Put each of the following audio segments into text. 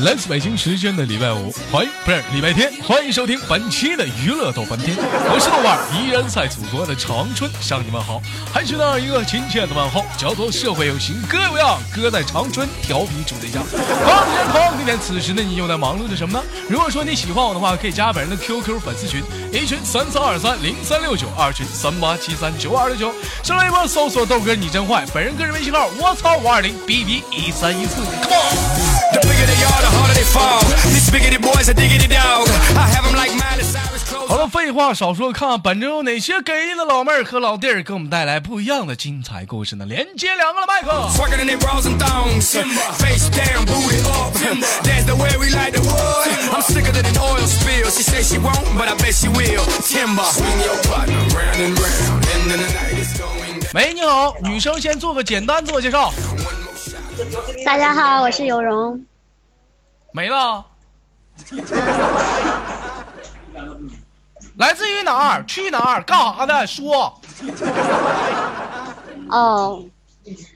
来自北京时间的礼拜五，欢迎不是礼拜天，欢迎收听本期的娱乐豆翻天，我是豆瓣儿，依然在祖国的长春向你们好，还是那一个亲切的问候，叫做社会有型哥有样，哥在长春调皮主对象。同样时间同样地点，此时呢你又在忙碌着什么呢？如果说你喜欢我的话，可以加本人的 QQ 粉丝群，一群三三二三零三六九，二群三八七三九二六九，上来一波搜索豆哥你真坏，本人个人微信号我操五二零 bb 一三一四，come on。 The bigger they are, the harder they fall. These bigoted boys are diggity dog. I have 'em like Miley Cyrus clothes. 好了，废话少说，看看本周有哪些给力的老妹儿和老弟儿给我们带来不一样的精彩故事呢？连接两个了麦克。 Twerking in their bras and thongs. Face down, booty up. That's the way we like the wood. I'm sicker than an oil spill. She says she won't, but I bet she will. Timber. Swing your partner round and round. And then the night is going down. 喂，你好，女生先做个简单自我介绍。 One more shot. 大家好，我是有容。没了。 来自于哪儿？去哪儿？干啥的？说。哦，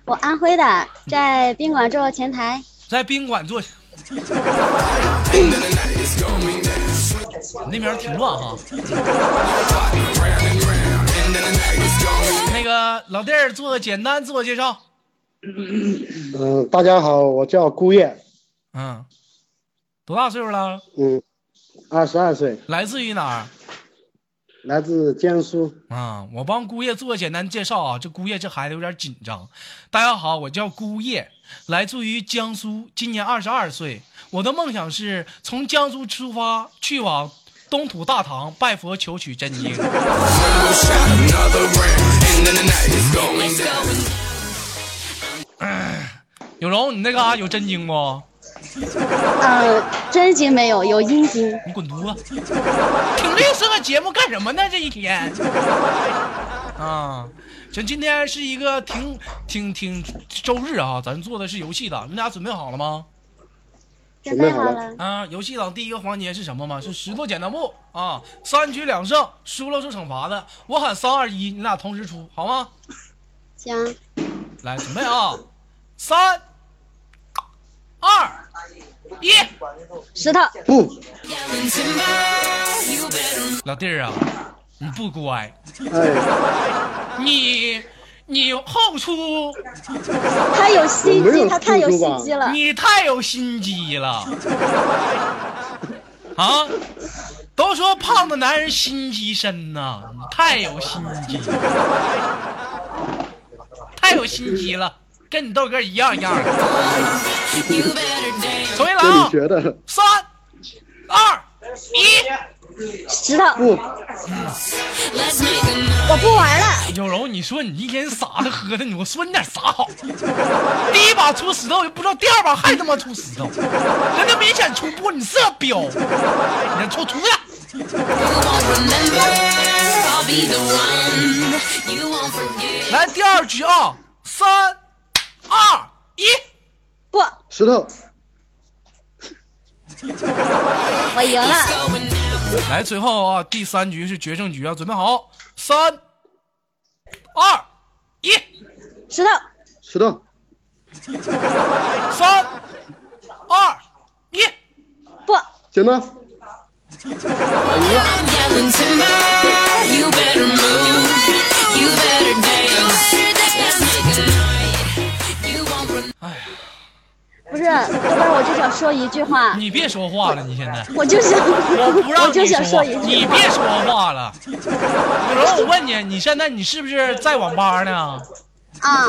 我安徽的，在宾馆做前台。在宾馆做。你那边挺乱哈。那个老弟儿做个简单自我介绍。嗯，大家好，我叫孤雁，嗯，多大岁数了？嗯，二十二岁，来自于哪儿？来自江苏。啊，我帮姑爷做个简单介绍啊。这姑爷这孩子有点紧张。大家好，我叫姑爷，来自于江苏，今年二十二岁。我的梦想是从江苏出发，去往东土大唐拜佛求取真经。 One more shot, another round. And then the night is going down. 有容，你那嘎、有真经不？嗯，真经没有，有阴经。你滚犊子！听这色个节目干什么呢？这一天。啊，行，今天是一个挺挺挺周日啊，咱做的是游戏的，你俩准备好了吗？准备好了，啊，游戏党第一个环节是什么吗？是石头剪刀布啊，三局两胜，输了受惩罚的。我喊三二一，你俩同时出，好吗？行，来，准备啊，三二一，石头，不，老弟儿啊，你不乖，哎，你你后出，他有心我没有机，他太有记住心吧机 了。你太有心机了啊！都说胖的男人心机深呐、你太有心机了，太有心机了，跟你豆哥一样一样的。重新来这啊你！觉得？三、二、一，石头，不，我不玩了。有容，你说你一天傻的喝的，你给我说你点啥好？第一把出石头，我就不知道第二把还他妈出石头，人家明显出波，你是要彪，你出出去。来第二局啊，三、二、一，不，石头，我赢了。来最后啊，第三局是决胜局啊，准备好，三、二、一，石头，石头，三、二、一，不，剪刀，不是，豆瓣，我就想说一句话，你别说话了，你现在，我就想，我不让我就你想说话，说一你句话。别说话了。有人我问你，你现在你是不是在网吧呢？啊，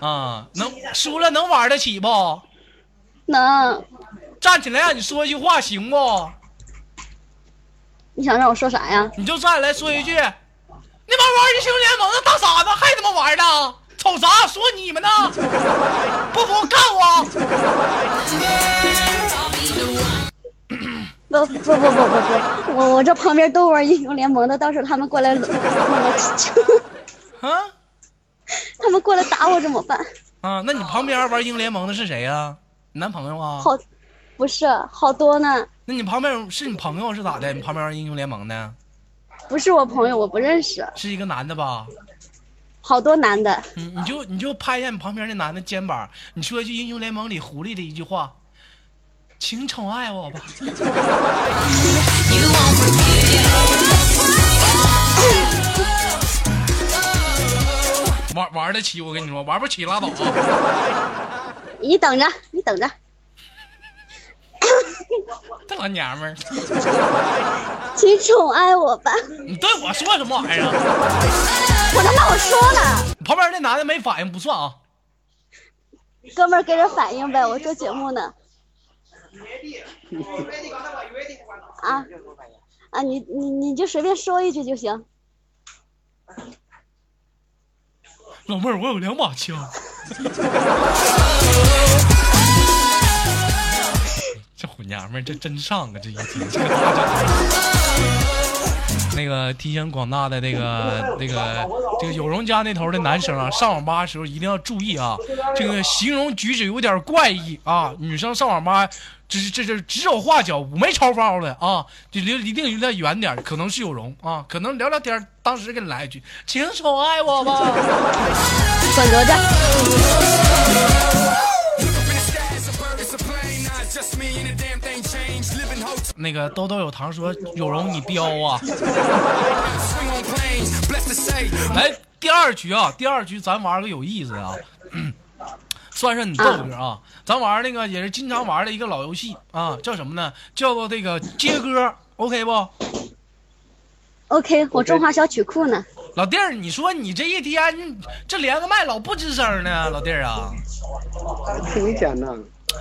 啊，能输了能玩得起不？能，站起来让你说一句话行不？你想让我说啥呀？你就站起来说一句，那帮玩英雄联盟的大傻子还他妈玩呢，瞅啥说你们呢？不服干我！ 不不不不不不，我我这旁边都玩英雄联盟的，到时候他们过来，那个啊他们过来打我怎么办？啊，那你旁边玩英雄联盟的是谁呀、你男朋友啊？好，不是好多呢，那你旁边是你朋友是咋的？你旁边玩英雄联盟的不是我朋友，我不认识，是一个男的吧？好多男的，嗯你你就你就拍一下你旁边那男的肩膀，你说一句英雄联盟里狐狸的一句话，请宠爱我吧。 玩玩得起，我跟你说，玩不起拉倒啊！你等着，你等着，这老娘们儿，请宠爱我吧。你对我说什么玩意儿啊？我他妈我说了，旁边那男的没反应不算啊。哥们儿给人反应呗，我做节目呢。啊啊，你你你就随便说一句就行。老妹儿，我有两把枪。 这虎娘们儿，这真上啊！这一听，这个大整那个提醒广大的这个这个这个有容家那头的男生啊，上网吧的时候一定要注意啊，这个形容举止有点怪异啊。女生上网吧，这是这这指手画脚、五眉超包的啊，就离离定离得远点儿，可能是有容啊，可能聊聊天儿，当时给你来一句“请宠爱我吧”。滚犊子！ Up in the sky, it's a bird, it's a plane. Not just me and the damn thing changed. Living hotel, 那个兜兜有糖说有容你彪啊！ swing on planes. Blessed to say, 来哎第二局啊，第二局咱玩个有意思啊，算是你豆哥啊，咱玩那个也是经常玩的一个老游戏啊，叫什么呢？叫做这个接歌，OK 不？ OK，我中华小曲库呢？老弟儿，你说你这一天这连个麦老不吱声呢，老弟儿啊，听你讲呢。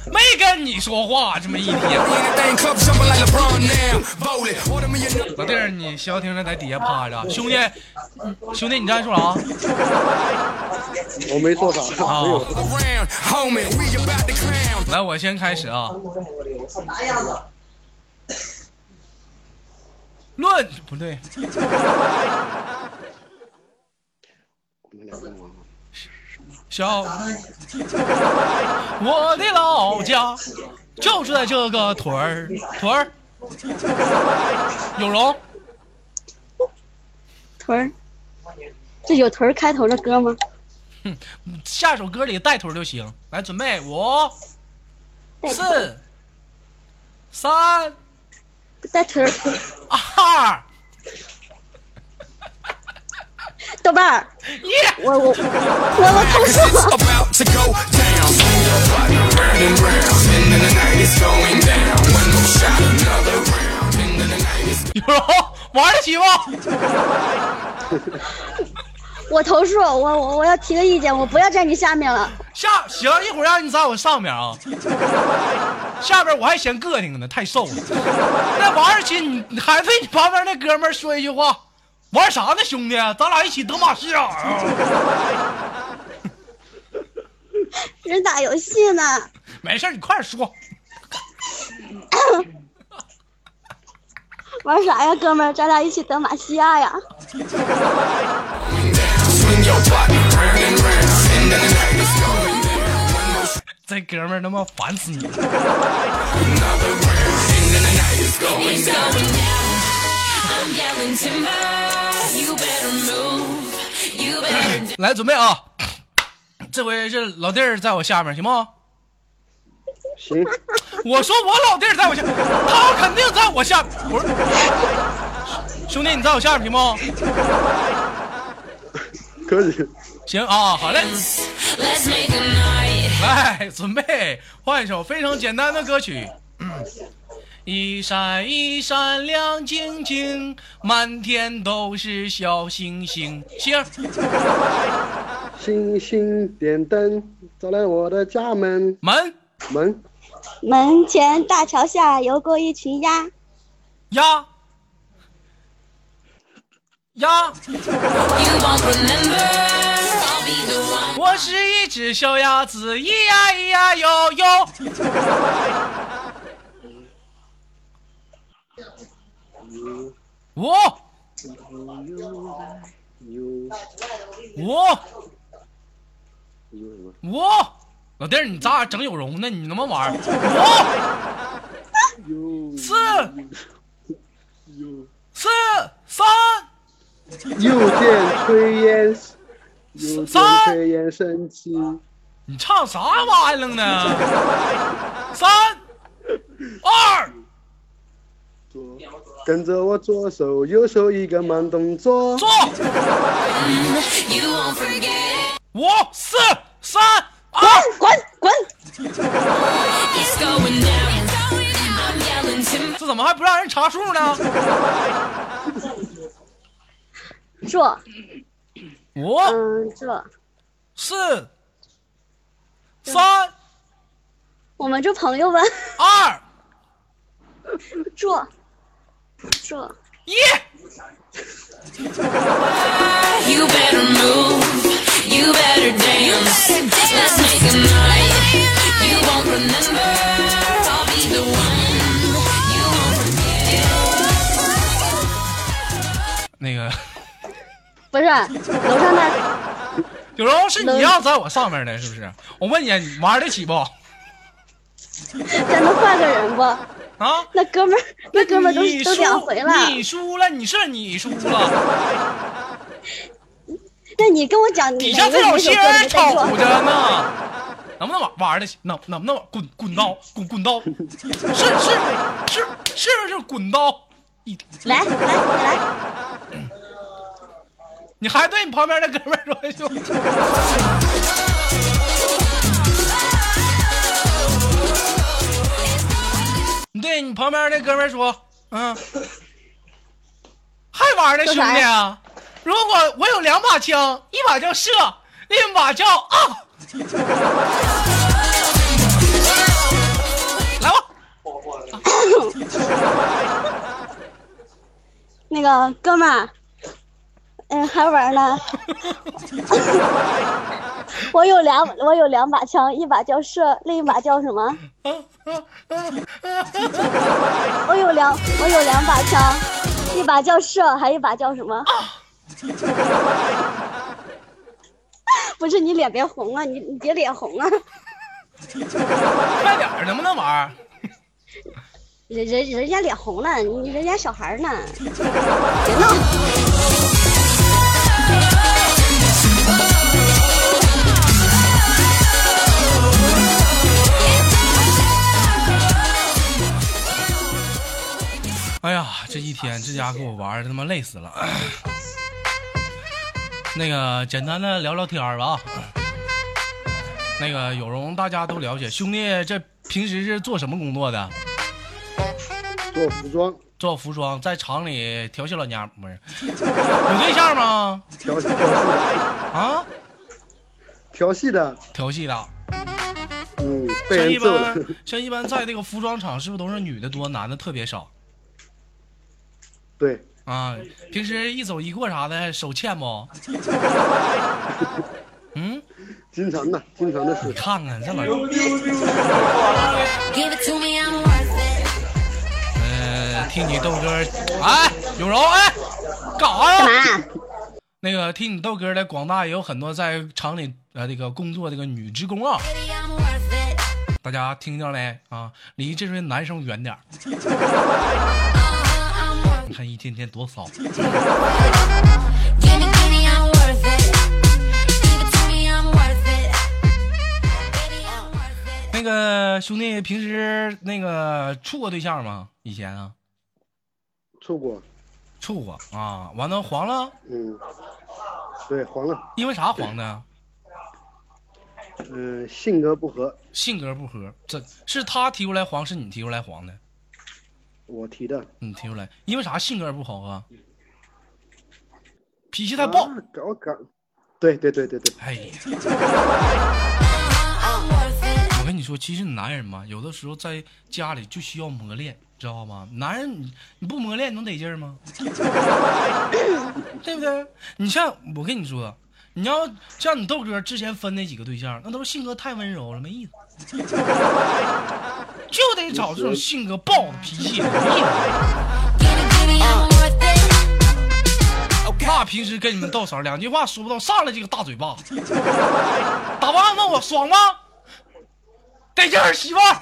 没跟你说话这么一天。 me and the thing club jumping like LeBron now. Bowling, order me a 老弟儿，你消停着在底下趴着，兄弟，兄弟，你刚才说啥、我没说啥，啊没有。 around, homie. We about to crown. 来，我先开始啊。论不对，我们两个人啊小，我的老家就是在这个屯儿屯儿。有容，屯儿，这有屯儿开头的歌吗？哼下首歌里带屯儿就行。来，准备五、四、三、带屯儿，二、豆瓣儿，一。我我我我投 Cause it's 诉。 about to go down. Swing your body round and round. Spinning the night is going down. One more shot, another round. Spinning the night is 有容，玩得起不？我投诉，我我我要提个意见，我不要在你下面了。下行，一会儿让你在我上面啊，下边我还嫌个挺呢，太瘦了。那玩儿亲，你还对你旁边那哥们儿说一句话，玩啥呢，兄弟？咱俩一起德玛士啊！人打游戏呢，没事儿，你快点说。玩啥呀，哥们儿？咱俩一起德玛西亚呀？ swing your body round and round. Spinning the night is going down. 这哥们儿他妈烦死你了！ Another round. Spinning the night is going down. I'm yelling timber. You better move. You better 来，准备啊，这回是老弟儿在我下面，行吗？ 行，我说我老弟儿在我下，他肯定在我下。不是，兄弟，你在我下面行吗？可以。行啊，好嘞。 Let's make a night. 来，哎准备换一首非常简单的歌曲。嗯一闪一闪亮晶晶，满天都是小星星星儿。星星点灯，照亮我的家门门门。门前大桥下游过一群鸭，呀呀， You won't remember. I'll be the one. 我是一只小鸭子，咿呀咿呀哟哟。五五有有什么？五，老弟儿，你咋整有容呢？你他妈玩儿？有五四。有四三又见炊烟，又见炊烟升起。你唱啥玩意儿呢？三左，跟着我左手右手一个慢动作。坐， You won't forget. 五四三二滚滚滚！ It's going down. I'm yelling timber. 这怎么还不让人查数呢？坐，五嗯，坐。四三我们这朋友吧，二坐，坐。一， You better move. You better dance. Let's make a night. You won't remember. I'll be the one. You won't forget. 那个不是，楼上那有时候是你要在我上面的，是不是？我问你，你玩得起不？咱能换个人不？啊？那哥们儿，那哥们儿都你都输两回了。你输了，你是你输了。那你跟我讲，底你下哪这个有哪首些歌人你吵在着做？ 呢，能不能玩玩得起？能能不能玩？滚滚刀，滚滚刀，是是是是不是滚刀？你来来，你来，你还对你旁边的哥们儿说 就你对你旁边那哥们儿说，嗯，还玩呢，说兄啥弟呀啊！如果我有两把枪，一把叫射，另一把叫啊，来吧，那个哥们儿，嗯，还玩呢。 我有两，我有两把枪，一把叫射，另一把叫什么？嗯我有两，我有两把枪，一把叫射，还一把叫什啊么？ 不是你脸别红啊，你你别脸红啊！快点儿，能不能玩儿？人人人家脸红了，你人家小孩儿呢， 别闹。哎呀，这一天这家给我玩的他妈累死了。 那个简单的聊聊天儿吧啊。那个有容大家都了解，兄弟这平时是做什么工作的？做服装，做服装，在厂里调戏老娘们 儿。有对象吗？调调戏的，啊，调戏的，调戏的。嗯，被像一人揍了般。 像一般在那个服装厂，是不是都是女的多，男的特别少对，啊？平时一走一过啥的，手欠不？嗯。经常的，经常的事。看看这老人， Give it to me, I'm worth it. 呃，听你豆哥，哎，有容，哎，搞干呀、嘛？那个听你豆哥的广大也有很多在厂里呃这个工作这个女职工啊， Baby, I'm worth it. 大家听着嘞啊，离这些男生远点儿 Uh-huh, I'm worth 你看一天天多骚， it. Gimme, gimme, I'm worth it. Give it to me, I'm worth it. Baby, I'm worth it. 那个兄弟平时那个处过对象吗？以前啊，出国，处过啊，完了黄了，嗯，对，黄了，因为啥黄的？嗯、性格不合，性格不合，这是他提出来黄，是你提出来黄的？我提的。你嗯提出来，因为啥性格不好啊？脾气太暴。啊搞搞，对对对对对，哎呀，Uh-huh, I'm worth it. 我跟你说，其实男人嘛，有的时候在家里就需要磨练，知道吗？男人你你不磨练能得劲儿吗？ 对不对？你像我跟你说，你要像你豆哥之前分那几个对象，那都是性格太温柔了，没意思。 就得找这种性格暴的脾气的，没意思。 Gimme, gimme, I'm worth it. 那平时跟你们豆嫂两句话说不到，上来就个大嘴巴，打完问我爽吗？得劲儿，媳妇儿。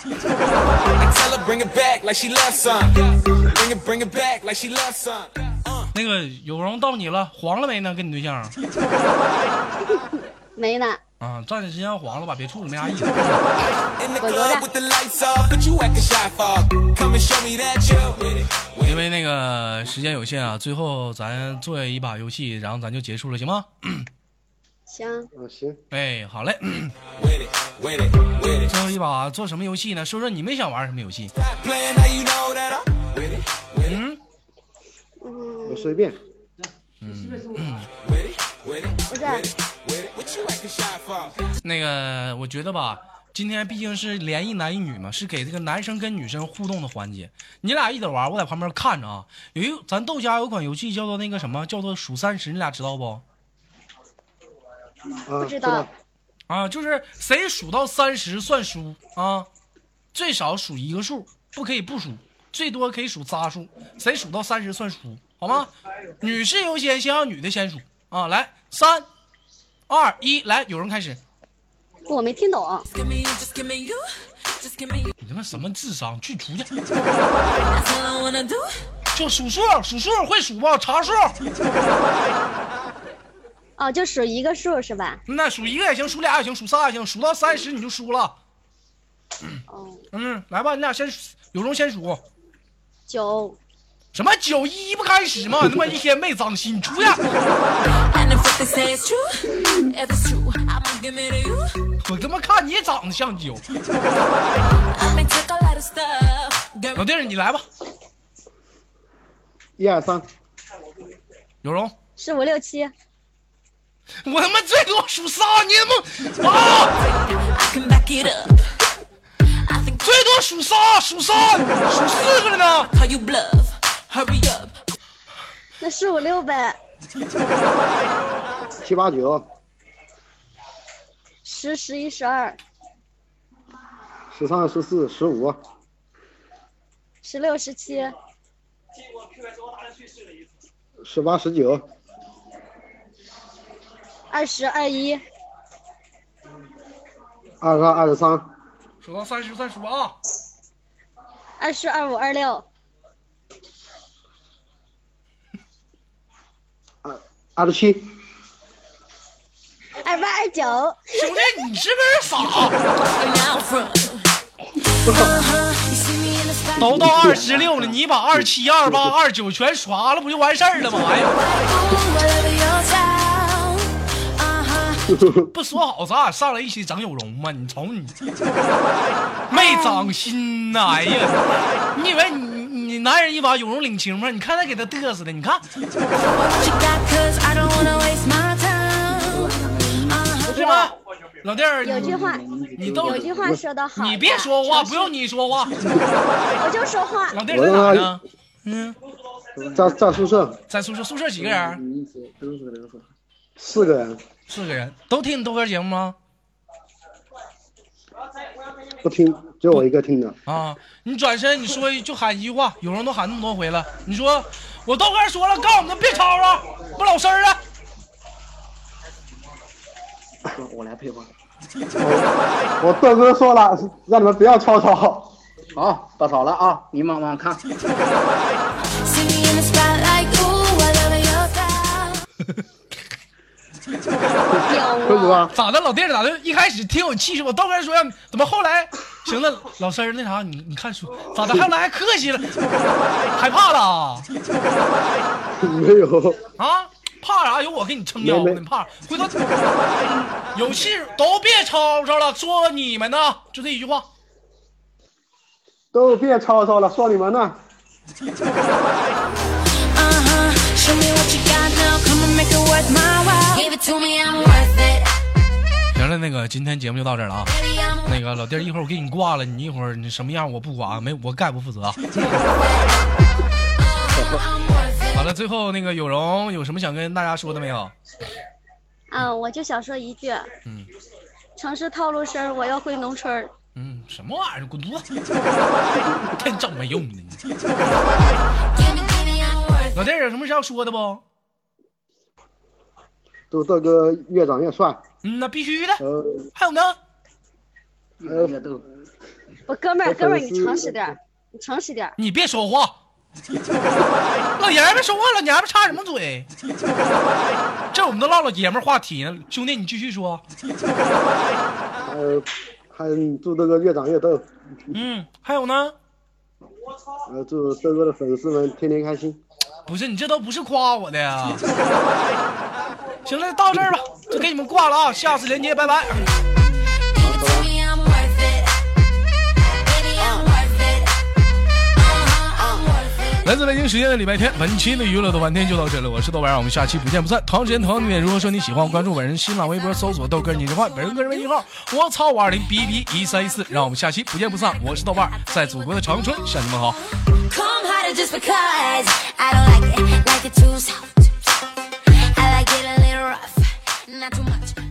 Tell her bring it back like she loves some. Bring it, bring it back like she loves some. 那个有容到你了，黄了没呢？跟你对象啊没呢，啊，抓紧时间黄了吧，别处了没啥意思。 In the club Well, Lola. with the lights off, but you acting shy for. Come and show me that you with it. 因为那个时间有限啊，最后咱做一把游戏，然后咱就结束了，行吗？行，嗯，行，哎，好嘞。 Win it, win it, win it. 最后一把做什么游戏呢？说说你们想玩什么游戏？ Stop playing now, you know that I'm with it, with it, 我随便。 with it, with it, 不 with 是，it. What you acting shy for? 那个，我觉得吧，今天毕竟是连一男一女嘛，是给这个男生跟女生互动的环节。你俩一起玩，我在旁边看着啊。有一咱豆家有款游戏叫做那个什么，叫做数三十，你俩知道不？啊，不知道，啊，就是谁数到三十算输啊，最少数一个数，不可以不数，最多可以数仨数，谁数到三十算输，好吗？女士优先，先让女的先数啊，来，三、二、一，来，有人开始。我没听懂。 Give me you, just give me you, just give me you. 你他妈什么智商？去出去！ That's all I wanna do. 就数数，数数会数不？查数，哦，就数一个数是吧？那数一个也行，数俩也行，数仨也行，数到三十你就输了。哦，嗯，来吧，你俩先，有容先数。九，什么九一一不开始吗？你他妈一天没脏心，你出去！ And if what they say is true, if it's true, I'ma give it to you. 我他妈看你也长得像九。 I may take a lot of stuff. Girl, 老弟儿，你来吧。一二三，有容，四五六七，我他妈最多数仨，你他妈啊， I can back it up. I think 最多数仨，数仨，数四个了呢。 how you bluff. Hurry up. 那四五六呗，七八九，十、十一、十二、十三十四十五，十六、十七、十八十九，二十、二一、二十二二十三，数到三十再数啊。二四、二五、二六、二二十七，二八、二九。兄弟，你是不是傻？ And now I'm from. Uh-huh. You see me in the spot. 都到二十六了，你把二七、二八、二九全刷了，不就完事儿了吗？哎呀， Ooh, I love your style. Uh-huh. 不说好咱俩上来一起整有容吗？你瞅你，没长心呐！哎呀，你以为你你男人一把有容领情吗？你看他给他嘚瑟的，你看。 What you got, cause I don't wanna waste my time. Uh-huh. 是吗？老弟儿，有句话，你逗有句话说得好，你别说话，不用，用你说话。我就说话。老弟儿在哪儿呢？嗯，在在宿舍在宿舍，宿舍几个人？四个人，四个人，都听你豆哥节目吗？不听，就我一个听的。啊，你转身你说一就喊一句话，有人都喊那么多回了，你说我豆哥说了，告诉你们别吵啊，不老实儿啊。 我来配合。我豆哥说了，让你们不要吵吵。好，不吵了啊！你们往看。 See me in the spotlight. Ooh, I love your style. 可以吧？咋的，老弟儿咋的？一开始挺有气势，我豆哥说让怎么后来行了，老师儿那啥，你你看书咋的？后来还客气了，害怕了啊？ 没有，啊，怕啥？有我给你撑腰没没呢，怕啥回头有气儿都别吵吵了，说你们呢，就这一句话。都别吵吵了，说你们呢。 Uh-huh. Show me what you got now. Come on, make it worth my while. Give it to me, I'm worth it. 行了，那个今天节目就到这儿了啊。 Baby, I'm worth 那个老弟儿，一会儿我给你挂了，你一会儿你什么样我不管啊，没我概不负责啊。 it. I'm worth it. 好了，最后那个有容有什么想跟大家说的没有？啊，我就想说一句，嗯，城市套路深，我要回农村儿。嗯，什么玩意儿，滚犊子！ 真整没用的。你 Give me, give me, I'm worth it. 老弟儿有什么事要说的不？祝豆哥越长越帅。嗯，那必须的。呃还有呢？呃，我哥们儿，我哥们儿，粉你丝诚实点儿，你诚实点儿。你别说话，老爷们儿说话，老娘们儿插什么嘴？这我们都唠老爷们儿话题呢，兄弟你继续说。呃还有还有祝豆哥越长越逗。嗯，还有呢？呃，祝豆哥的粉丝们天天开心。不是你这都不是夸我的呀。行了，到这儿吧，就给你们挂了啊，下次连接，拜拜。 Give it to me, I'm worth it. Baby, I'm worth it. Uh-huh, I'm worth it. 来自北京时间的礼拜天，本期的娱乐豆瓣天就到这里了，我是豆瓣儿，我们下期不见不散。同样时间同样地点，如果说你喜欢，关注本人新浪微博，搜索豆哥你真坏，本人个人微信号我操五二零 b b 一三一四，让我们下期不见不散。我是豆瓣儿，在祖国的长春向你们好。 Come harder just because I don't like it, like it too soft. I like it a little rough, not too much.